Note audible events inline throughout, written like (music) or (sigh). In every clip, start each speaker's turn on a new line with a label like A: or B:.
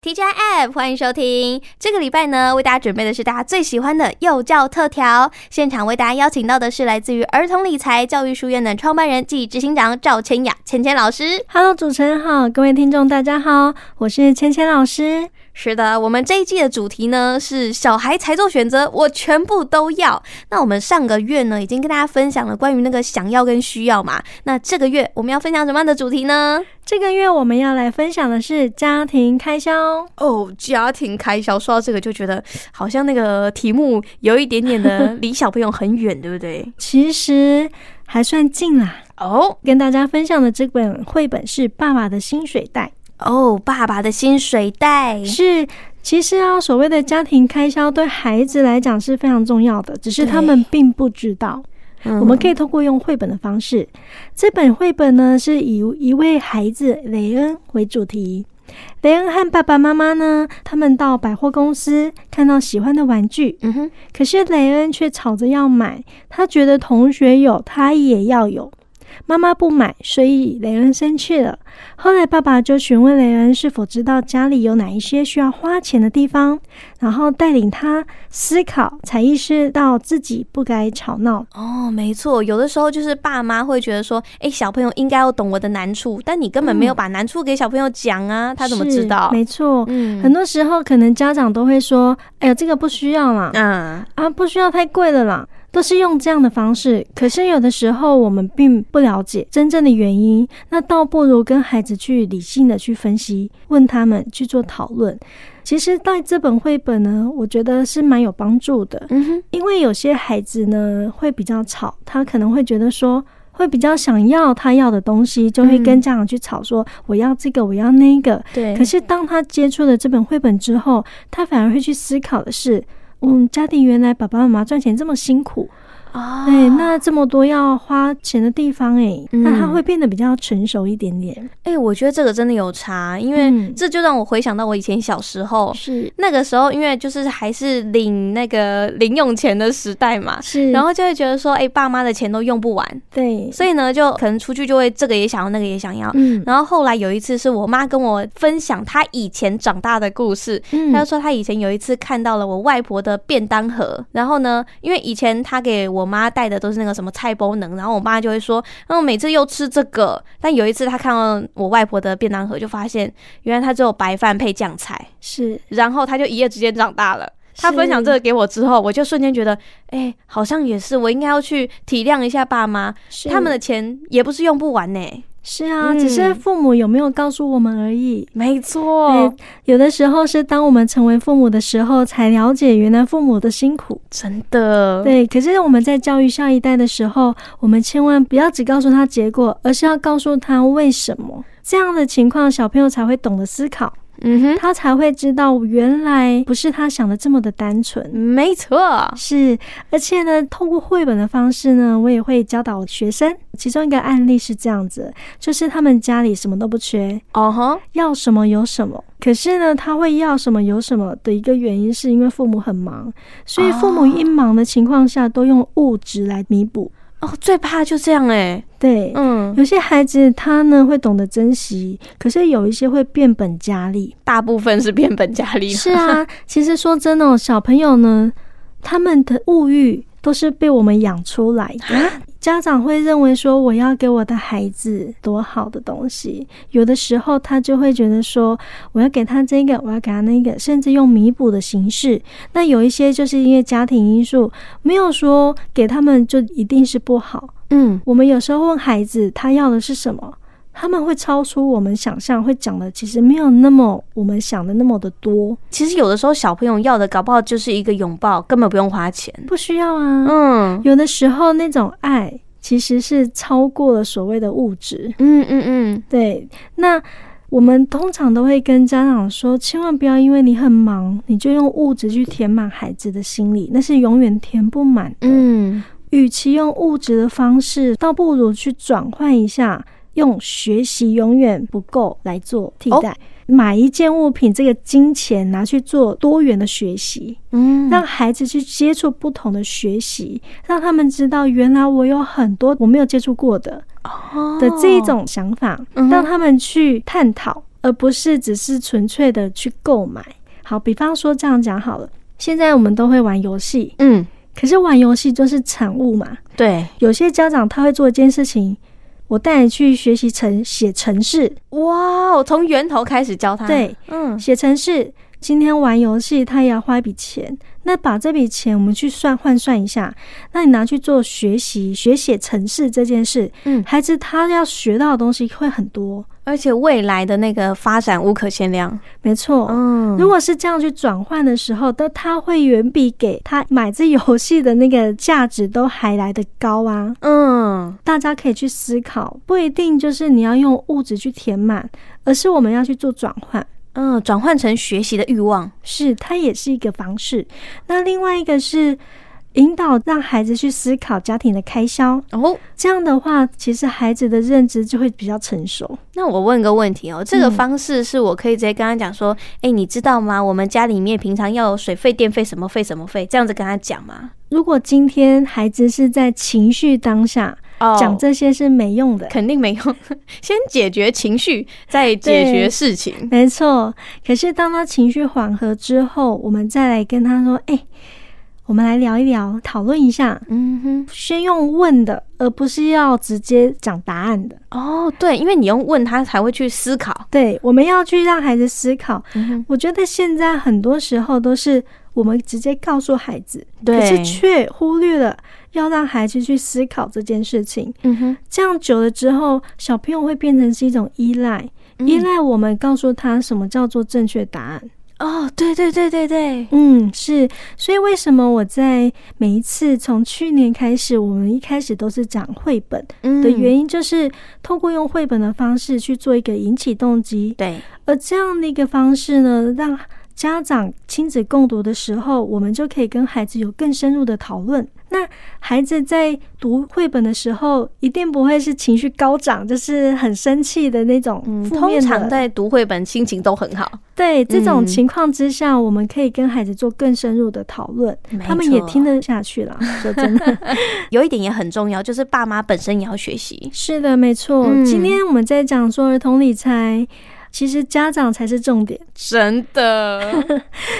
A: T 加 App，欢迎收听。这个礼拜呢，为大家准备的是大家最喜欢的幼教特调。现场为大家邀请到的是来自于儿童理财教育书院的创办人暨执行长赵千雅千千老师。
B: Hello，主持人好，各位听众大家好，我是芊芊老师。
A: 是的，我们这一季的主题呢是小孩才做选择，我全部都要。那我们上个月呢已经跟大家分享了关于那个想要跟需要嘛，那这个月我们要分享什么样的主题呢？
B: 这个月我们要来分享的是家庭开销，
A: 哦，家庭开销，说到这个就觉得好像那个题目有一点点的离小朋友很远，对不对？
B: 其实还算近啦。
A: 哦
B: 跟大家分享的这本绘本是《爸爸的薪水袋
A: 哦，爸爸的薪水袋》，
B: 是其实啊，所谓的家庭开销对孩子来讲是非常重要的，只是他们并不知道。
A: 我
B: 我们可以通过用绘本的方式。这本绘本呢，是以一位孩子雷恩为主题。雷恩和爸爸妈妈呢，他们到百货公司看到喜欢的玩具，
A: 嗯哼，
B: 可是雷恩却吵着要买。他觉得同学有，他也要有。妈妈不买，所以雷恩生气了。后来爸爸就询问雷恩是否知道家里有哪一些需要花钱的地方，然后带领他思考，才意识到自己不该吵闹，
A: 哦，没错，有的时候就是爸妈会觉得说，哎，小朋友应该要懂我的难处，但你根本没有
B: 嗯
A: 把难处给小朋友讲啊，他怎么知
B: 是
A: 道？
B: 没错，
A: 嗯
B: 很多时候可能家长都会说：“哎呀，这个不需要啦，
A: 嗯，
B: 啊，不需要太贵了啦。”都是用这样的方式，可是有的时候我们并不了解真正的原因，那倒不如跟孩子去理性的去分析，问他们去做讨论。其实带这本绘本呢，我觉得是蛮有帮助的，
A: 嗯哼，
B: 因为有些孩子呢会比较吵，他可能会觉得说会比较想要他要的东西，就会跟
A: 嗯
B: 家长去吵说、我要这个，我要那个，
A: 对，
B: 可是当他接触了这本绘本之后，他反而会去思考的是，嗯，家庭原来爸爸妈妈赚钱这么辛苦，
A: 啊，
B: 哎、那这么多要花钱的地方、哎、
A: 嗯
B: 那他会变得比较成熟一点点，
A: 哎，我觉得这个真的有差，因为
B: 嗯
A: 这就让我回想到我以前小时候，
B: 是
A: 那个时候，因为就是还是领那个零用钱的时代嘛，
B: 是，
A: 然后就会觉得说，哎、爸妈的钱都用不完，
B: 对，
A: 所以呢，就可能出去就会这个也想要，那个也想要。
B: 嗯
A: 啊然后后来有一次是我妈跟我分享她以前长大的故事，
B: 嗯
A: 她就说她以前有一次看到了我外婆的便当盒，然后呢，因为以前她给我妈带的都是那个什么菜包能，然后我妈就会说，嗯，每次又吃这个。但有一次她看到我外婆的便当盒，就发现原来她只有白饭配酱菜。
B: 是
A: 然后他就一夜之间长大了。他
B: 是
A: 分享这个给我之后，我就瞬间觉得，哎、好像也是，我应该要去体谅一下爸妈，
B: 是
A: 他们的钱也不是用不完呢。
B: 是啊，
A: 嗯
B: 只是父母有没有告诉我们而已。
A: 没哦
B: 哎，有的时候是当我们成为父母的时候，才了解原来父母的辛苦。
A: 真的，
B: 对，可是我们在教育下一代的时候，我们千万不要只告诉他结果，而是要告诉他为什么。这样的情况，小朋友才会懂得思考，
A: 嗯
B: 他才会知道原来不是他想的这么的单纯。
A: 哼，没错，
B: 是，而且呢，透过绘本的方式呢，我也会教导学生。其中一个案例是这样子，就是他们家里什么都不缺，
A: 哦吼，
B: 要什么有什么。可是呢，他会要什么有什么的一个原因，是因为父母很忙，所以父母一忙的情况下，都用物质来弥补。
A: 哦，最怕就这样哎，
B: 对，
A: 嗯，
B: 有些孩子他呢会懂得珍惜，可是有一些会变本加厉。
A: 大部分是变本加厉，
B: 是，啊，其实说真的哦、小朋友呢，他们的物欲都是被我们养出来的。家长会认为说，我要给我的孩子多好的东西，有的时候他就会觉得说，我要给他这个，我要给他那个，甚至用弥补的形式。那有一些就是因为家庭因素，没有说给他们就一定是不好。
A: 嗯，
B: 我们有时候问孩子他要的是什么，他们会超出我们想象，会讲的其实没有那么我们想的那么的多。
A: 其实有的时候小朋友要的搞不好就是一个拥抱，根本不用花钱，
B: 不需要啊。
A: 嗯
B: 有的时候那种爱其实是超过了所谓的物质。
A: 嗯嗯嗯，
B: 对，那我们通常都会跟家长说，千万不要因为你很忙，你就用物质去填满孩子的心理，那是永远填不满的。
A: 嗯，
B: 与其用物质的方式，倒不如去转换一下，用学习永远不够来做替代。买一件物品，这个金钱拿去做多元的学习，
A: 嗯
B: 让孩子去接触不同的学习，让他们知道原来我有很多我没有接触过的
A: 哦
B: 的这一种想法，
A: 嗯哼
B: 让他们去探讨，而而不是只是纯粹的去购买。好，比方说这样讲好了，现在我们都会玩游戏，
A: 嗯，
B: 可是玩游戏就是产物嘛。
A: 对，
B: 有些家长他会做一件事情，我带你去学习程写程式，
A: 哇，我从源头开始教他，，
B: 对，
A: 嗯，
B: 写程式。今天玩游戏，他也要花一笔钱。那把这笔钱我们去算换算一下，那你拿去做学习、学写程式这件事，
A: 嗯
B: 孩子他要学到的东西会很多。
A: 而且未来的那个发展无可限量，
B: 没错，
A: 嗯
B: 如果是这样去转换的时候，那它会远比给他买这游戏的那个价值都还来得高啊！
A: 嗯，
B: 大家可以去思考，不一定就是你要用物质去填满，而是我们要去做转换。
A: 嗯，转换成学习的欲望，
B: 是，它也是一个方式。那另外一个是引导让孩子去思考家庭的开销，
A: 哦。
B: 这样的话，其实孩子的认知就会比较成熟。
A: 那我问个问题哦，这个
B: 嗯
A: 方式是我可以直接跟他讲说，哎、你知道吗？我们家里面平常要有水费、电费什么费什么费，这样子跟他讲吗？
B: 如果今天孩子是在情绪当下
A: 哦
B: 讲这些是没用的，
A: 肯定没用， (laughs) 先解决情绪，再解决事情。
B: 没错，可是当他情绪缓和之后，我们再来跟他说：“哎、我们来聊一聊，讨论一下。
A: 嗯”
B: 先用问的，而不是要直接讲答案的。
A: 哼，哦，对，因为你用问他才会去思考。
B: 对，我们要去让孩子思考。
A: 嗯
B: 我觉得现在很多时候都是我们直接告诉孩子，可
A: 对
B: 是却忽略了要让孩子去思考这件事情。
A: 嗯哼，
B: 这样久了之后，小朋友会变成是一种依赖，
A: 嗯
B: 依赖我们告诉他什么叫做正确答案。
A: 哦，对对对对对，
B: 嗯，是，所以为什么我在每一次从去年开始，我们一开始都是讲绘本
A: 嗯
B: 的原因，就是透过用绘本的方式去做一个引起动机，
A: 对，
B: 而这样的一个方式呢，让家长亲子共读的时候，我们就可以跟孩子有更深入的讨论。那孩子在读绘本的时候，一定不会是情绪高涨，就是很生气的那种
A: 嗯，
B: 负面
A: 通
B: 的。
A: 常在读绘本心情都很好，
B: 对这种
A: 嗯
B: 情况之下，我们可以跟孩子做更深入的讨论，他们也听
A: 得。
B: 得下去
A: (laughs)
B: 了。说真的，
A: 有一点也很重要，就是爸妈本身也要学习。
B: 是的，没错。
A: 嗯
B: 今天我们在讲说儿童理财，其实家长才是重点。
A: 真的，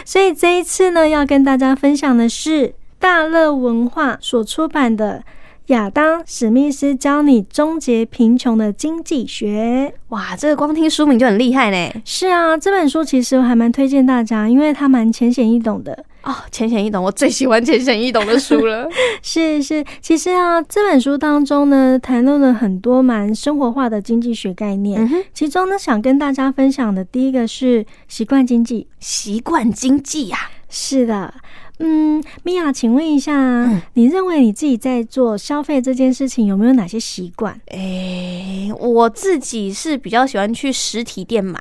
B: 所以这一次呢，要跟大家分享的是大乐文化所出版的。亚当·史密斯教你终结贫穷的经济学。
A: 哇，这个光听书名就很厉害呢。
B: 是啊，这本书其实我还蛮推荐大家，因为它蛮浅显易懂的。
A: 哦，浅显易懂，我最喜欢浅显易懂的书 (laughs) 了。
B: 是是，其实啊，这本书当中呢，谈论了很多蛮生活化的经济学概念。
A: 嗯哼，
B: 其中呢，想跟大家分享的第一个是习惯经济。
A: 习惯经济啊呀、
B: 是的，嗯，米娅，请问一下，
A: 嗯
B: 你认为你自己在做消费这件事情有没有哪些习惯？
A: 诶，我自己是比较喜欢去实体店买。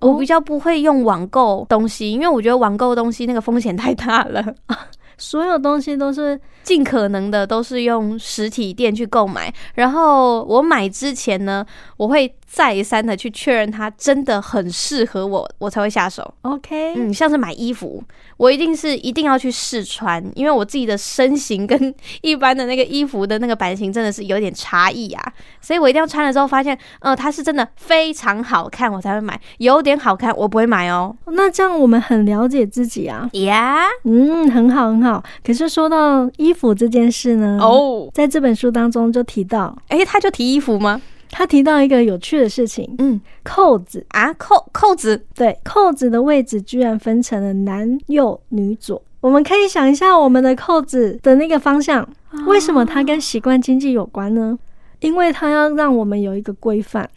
B: 哦
A: 我比较不会用网购东西，因为我觉得网购东西那个风险太大了。 (laughs)
B: 所有东西都是
A: 尽可能的都是用实体店去购买，然后我买之前呢，我会再三的去确认它真的很适合我，我才会下手。
B: OK，、
A: 嗯，像是买衣服，我一定是一定要去试穿，因为我自己的身形跟一般的那个衣服的那个版型真的是有点差异啊， (laughs) 所以我一定要穿了之后发现，呃，它是真的非常好看，我才会买。有点好看，我不会买哦。
B: 那这样我们很了解自己啊。
A: 呀、
B: 嗯，很好很好。可是说到衣服这件事呢，，
A: 哦，
B: 在这本书当中就提到，
A: 诶，他就提衣服吗？
B: 他提到一个有趣的事情，
A: 嗯，
B: 扣子。
A: 啊，扣扣子，
B: 对，扣子的位置居然分成了男右女左。我们可以想一下我们的扣子的那个方向，为什么它跟习惯经济有关呢？因为它要让我们有一个规范。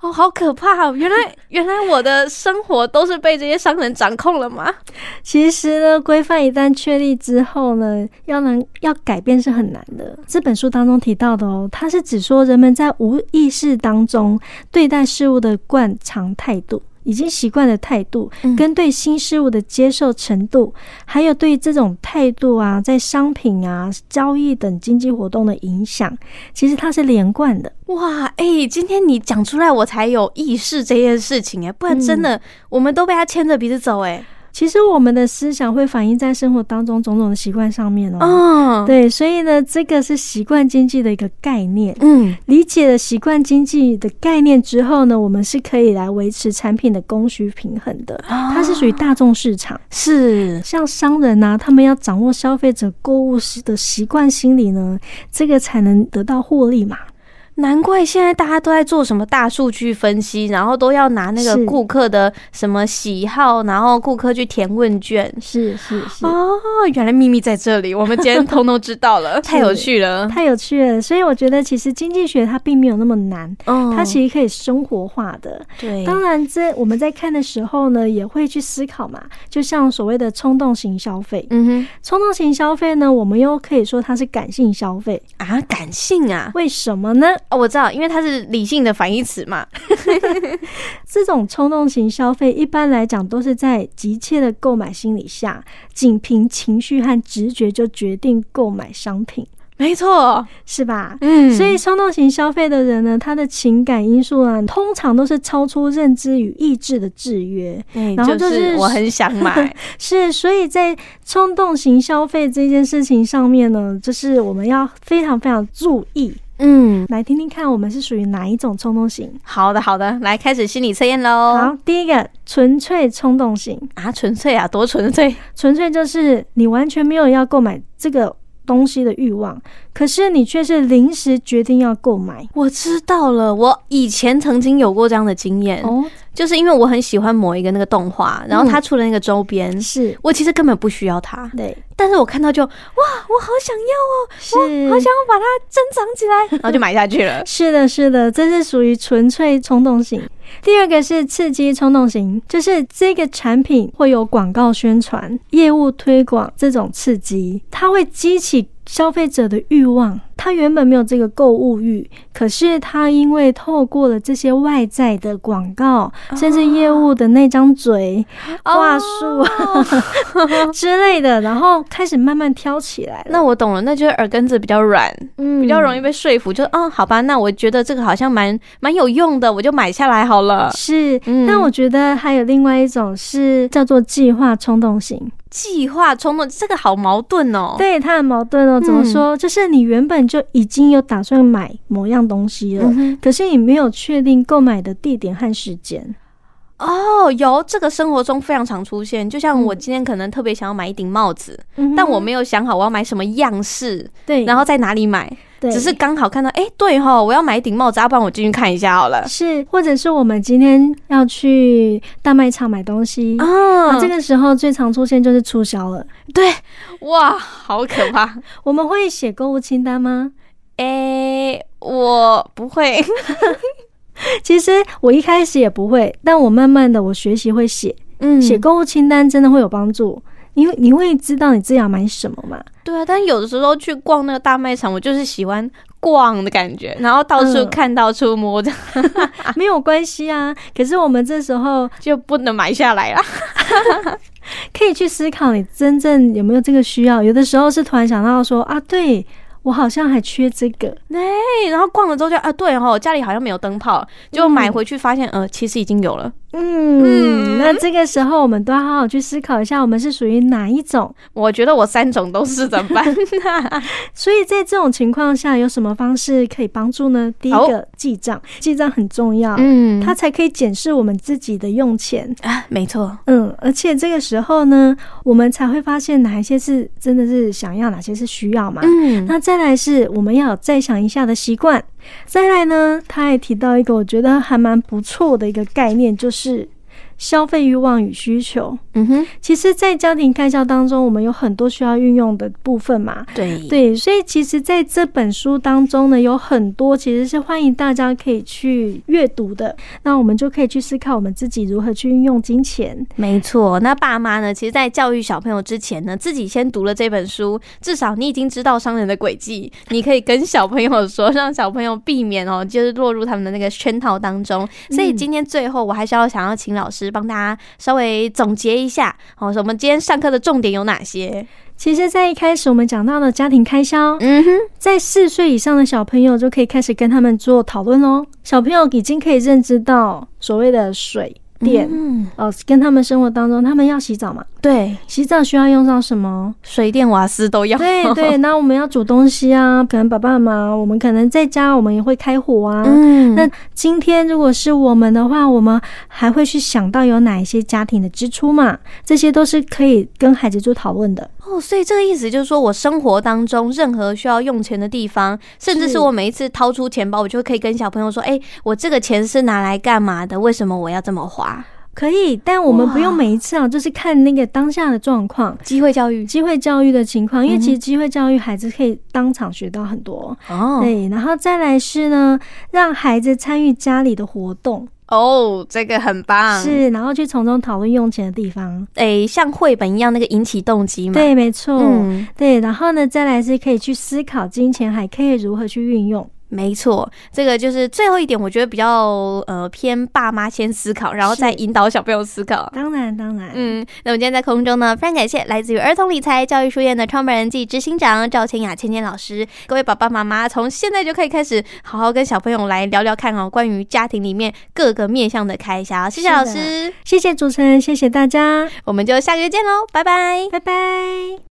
A: 哦，好可怕、哦！原 (laughs) 来原来我的生活都是被这些商人掌控了吗？
B: 其实呢，规范一旦确立之后呢，要能要改变是很难的。这本书当中提到的哦，它是指说人们在无意识当中对待事物的惯常态度。已经习惯的态度
A: 嗯，
B: 跟对新事物的接受程度，还有对这种态度啊，在商品啊、交易等经济活动的影响，其实它是连贯的。
A: 哇，哎、今天你嗯讲出来，我才有意识这件事情哎、不然真的、我们都被他牵着鼻子走哎、
B: 其实我们的思想会反映在生活当中种种的习惯上面哦。
A: 嗯，，
B: 对，所以呢，这个是习惯经济的一个概念。
A: 嗯，
B: 理解了习惯经济的概念之后呢，我们是可以来维持产品的供需平衡的。它
A: 它
B: 是属于大众市场，
A: 是
B: 像商人啊，他们要掌握消费者购物时的习惯心理呢，这个才能得到获利嘛。
A: 难怪现在大家都在做什么大数据分析，然后都要拿那个
B: 是
A: 顾客的什么喜好，然后顾客去填问卷。
B: 是是是
A: 哦，原来秘密在这里，我们今天通通知道 (laughs) 了，太有趣了。
B: 太有趣了，所以我觉得其实经济学它并没有那么难，
A: 嗯
B: 它其实可以生活化的。
A: 对，
B: 当然这我们在看的时候呢，也会去思考嘛，就像所谓的冲动型消费，
A: 嗯
B: 冲动型消费呢，我们又可以说它是感性消费，
A: 哼啊，感性啊。
B: 为什么呢？
A: 哦，我知道，因为它是理性的反义词嘛。
B: 这种冲动型消费一般来讲都是在急切的购买心理下，仅凭情绪和直觉就决定购买商品，
A: 没错，
B: 是吧？
A: 嗯
B: 所以冲动型消费的人呢，他的情感因素啊，通常都是超出认知与意志的制约。
A: 哎
B: 然后
A: 就
B: 就是
A: 我很想买，
B: 是，所以在冲动型消费这件事情上面呢，就是我们要非常非常注意。
A: (laughs) 嗯，
B: 来听听看，我们是属于哪一种冲动型？
A: 好的好的，来开始心理测验喽。
B: 好，第一个纯粹冲动型，
A: 啊，纯粹啊，多纯粹，
B: 纯粹就是你完全没有要购买这个东西的欲望，可是你却是临时决定要购买。
A: 我知道了，我以前曾经有过这样的经验，
B: 哦，
A: 就是因为我很喜欢某一个那个动画，然后它出了那个周边。
B: 是，
A: 我其实根本不需要它，
B: 对，
A: 但是我看到就哇，我好想要
B: 是，
A: 哦，好想要把它珍藏起来，然后就买下去 (laughs) 了。
B: (laughs) 是的，是的，这是属于纯粹冲动型。第二个是刺激冲动型，就是这个产品会有广告宣传、业务推广这种刺激，它会激起消费者的欲望。他原本没有这个购物欲，可是他因为透过了这些外在的广告，甚至业务的那张嘴、
A: 哦
B: 话术、
A: 啊 (laughs)
B: 之类的，然后开始慢慢挑起来了。
A: 那我懂了，那就是耳根子比较软，
B: 嗯
A: 比较容易被说服，就嗯，好吧，那我觉得这个好像蛮蛮有用的，我就买下来好了。
B: 是
A: 嗯
B: 但我觉得还有另外一种是叫做计划冲动型，
A: 计划冲动，这个好矛盾哦。
B: 对它很矛盾哦。怎么
A: 嗯
B: 说？就是你原本就已经有打算买某样东西了，
A: 嗯哼，
B: 可是你没有确定购买的地点和时间。
A: 哦，有这个生活中非常常出现，就像
B: 嗯
A: 我今天可能特别想要买一顶帽子，但我没
B: 有
A: 有想好我要买什么样式，
B: 对，
A: 然后在哪里买，
B: 对
A: 只是刚好看到，哎、对哈，我要买一顶帽子，要、啊不然我进去看一下好了。
B: 是，或者是我们今天要去大卖场买东西。
A: 啊
B: 那这个时候最常出现就是促销了。
A: 对，哇，好可怕！ (laughs)
B: 我们会写购物清单吗？ (laughs)
A: 哎、我不会，
B: 其实我一开始也不会，但我慢慢的我学习会写。
A: 嗯
B: 写购物清单真的会有帮助，因为你会知道你自己要买什么嘛。
A: (laughs) 对啊，但有的时候去逛那个大卖场，我就是喜欢逛的感觉，然后到处
B: 嗯
A: 看、到处摸，这样
B: (laughs) 没有关系啊，可是我们这时候
A: 就不能买下来啦。
B: 可以去思考你真正有没有这个需要。有的时候是突然想到说啊，对我好像还缺这个，
A: 对，然后逛了之后就啊，对哦，家里好像没有灯泡，就买回去发现、呃，其实已经有了。
B: 嗯，那这个时候我们都要好好去思考一下，我们是属于哪一种。
A: 我觉得我三种都是怎么办？
B: 所以在这种情况下，有什么方式可以帮助呢？第一个，记账，记账很重
A: (laughs)
B: 要，
A: 嗯
B: 它才可以检视我们自己的用钱。
A: 啊，没错，
B: 嗯，而且这个时候呢，我们才会发现哪一些是真的是想要，哪些是需要嘛。
A: 嗯
B: 那再来是我们要有再想一下的习惯。再来呢，他还提到一个我觉得还蛮不错的一个概念，就是消费欲望与需求。
A: 嗯哼，
B: 其实，在家庭开销当中，我们有很多需要运用的部分嘛。
A: 对
B: 对，所以其实在这本书当中呢，有很多其实是欢迎大家可以去阅读的。那我们就可以去思考我们自己如何去运用金钱。
A: 没错，那爸妈呢？其实，在教育小朋友之前呢，自己先读了这本书，至少你已经知道商人的轨迹，你可以跟小朋友说，让小朋友避免哦，就是落入他们的那个圈套当中。所以今天最后，我还是要想要请老师帮大家稍微总结一下哦，我们今天上课的重点有哪些？
B: 其实，在一开始我们讲到的家庭开销，
A: 嗯哼，
B: 在四岁以上的小朋友哦就可以开始跟他们做讨论喽。小朋友已经可以认知到所谓的水、店、
A: 嗯，
B: 哦，跟他们生活当中，他们要洗澡嘛，
A: 对，
B: 洗澡需要用到什么？
A: 水电瓦斯都要，
B: 对
A: (laughs)
B: 对，那我们要煮东西啊，可能爸爸妈妈，我们可能在家，我们也会开火啊。
A: 嗯，
B: 那今天如果是我们的话，我们还会去想到有哪一些家庭的支出嘛？这些都是可以跟孩子做讨论的。
A: 哦，所以这个意思就是说我生活当中任何需要用钱的地方，甚至
B: 是
A: 是我每一次掏出钱包，我就可以跟小朋友说，哎、我这个钱是拿来干嘛的？为什么我要这么花？
B: 可以，但我们不用
A: 哇
B: 每一次啊，就是看那个当下的状况。
A: 机会教育
B: 机会教育的情况，因为
A: 嗯哼
B: 其实机会教育孩子可以当场学到很多，
A: 哦
B: 对，然后再来是呢，让孩子参与家里的活动，
A: 哦，这个很棒，
B: 是，然后去从中讨论用钱的地方，
A: 哎、像绘本一样那个引起动机嘛，，
B: 对，没错，
A: 嗯，
B: 对，然后呢，再来是可以去思考金钱还可以如何去运用，
A: 没错，这个就是最后一点，我觉得比较呃偏爸妈先思考，然后再引导小朋友思考。
B: 当然，当然，
A: 嗯，那我们今天在空中呢，非常感谢来自于儿童理财教育书院的创办人暨执行长赵千雅千千老师。各位爸爸妈妈，从现在就可以开始好好跟小朋友来聊聊看哦，关于家庭里面各个面向的开销。谢谢
B: 是的
A: 老师，
B: 谢谢主持人，谢谢大家，
A: 我们就下个月见喽，拜拜。
B: 拜拜。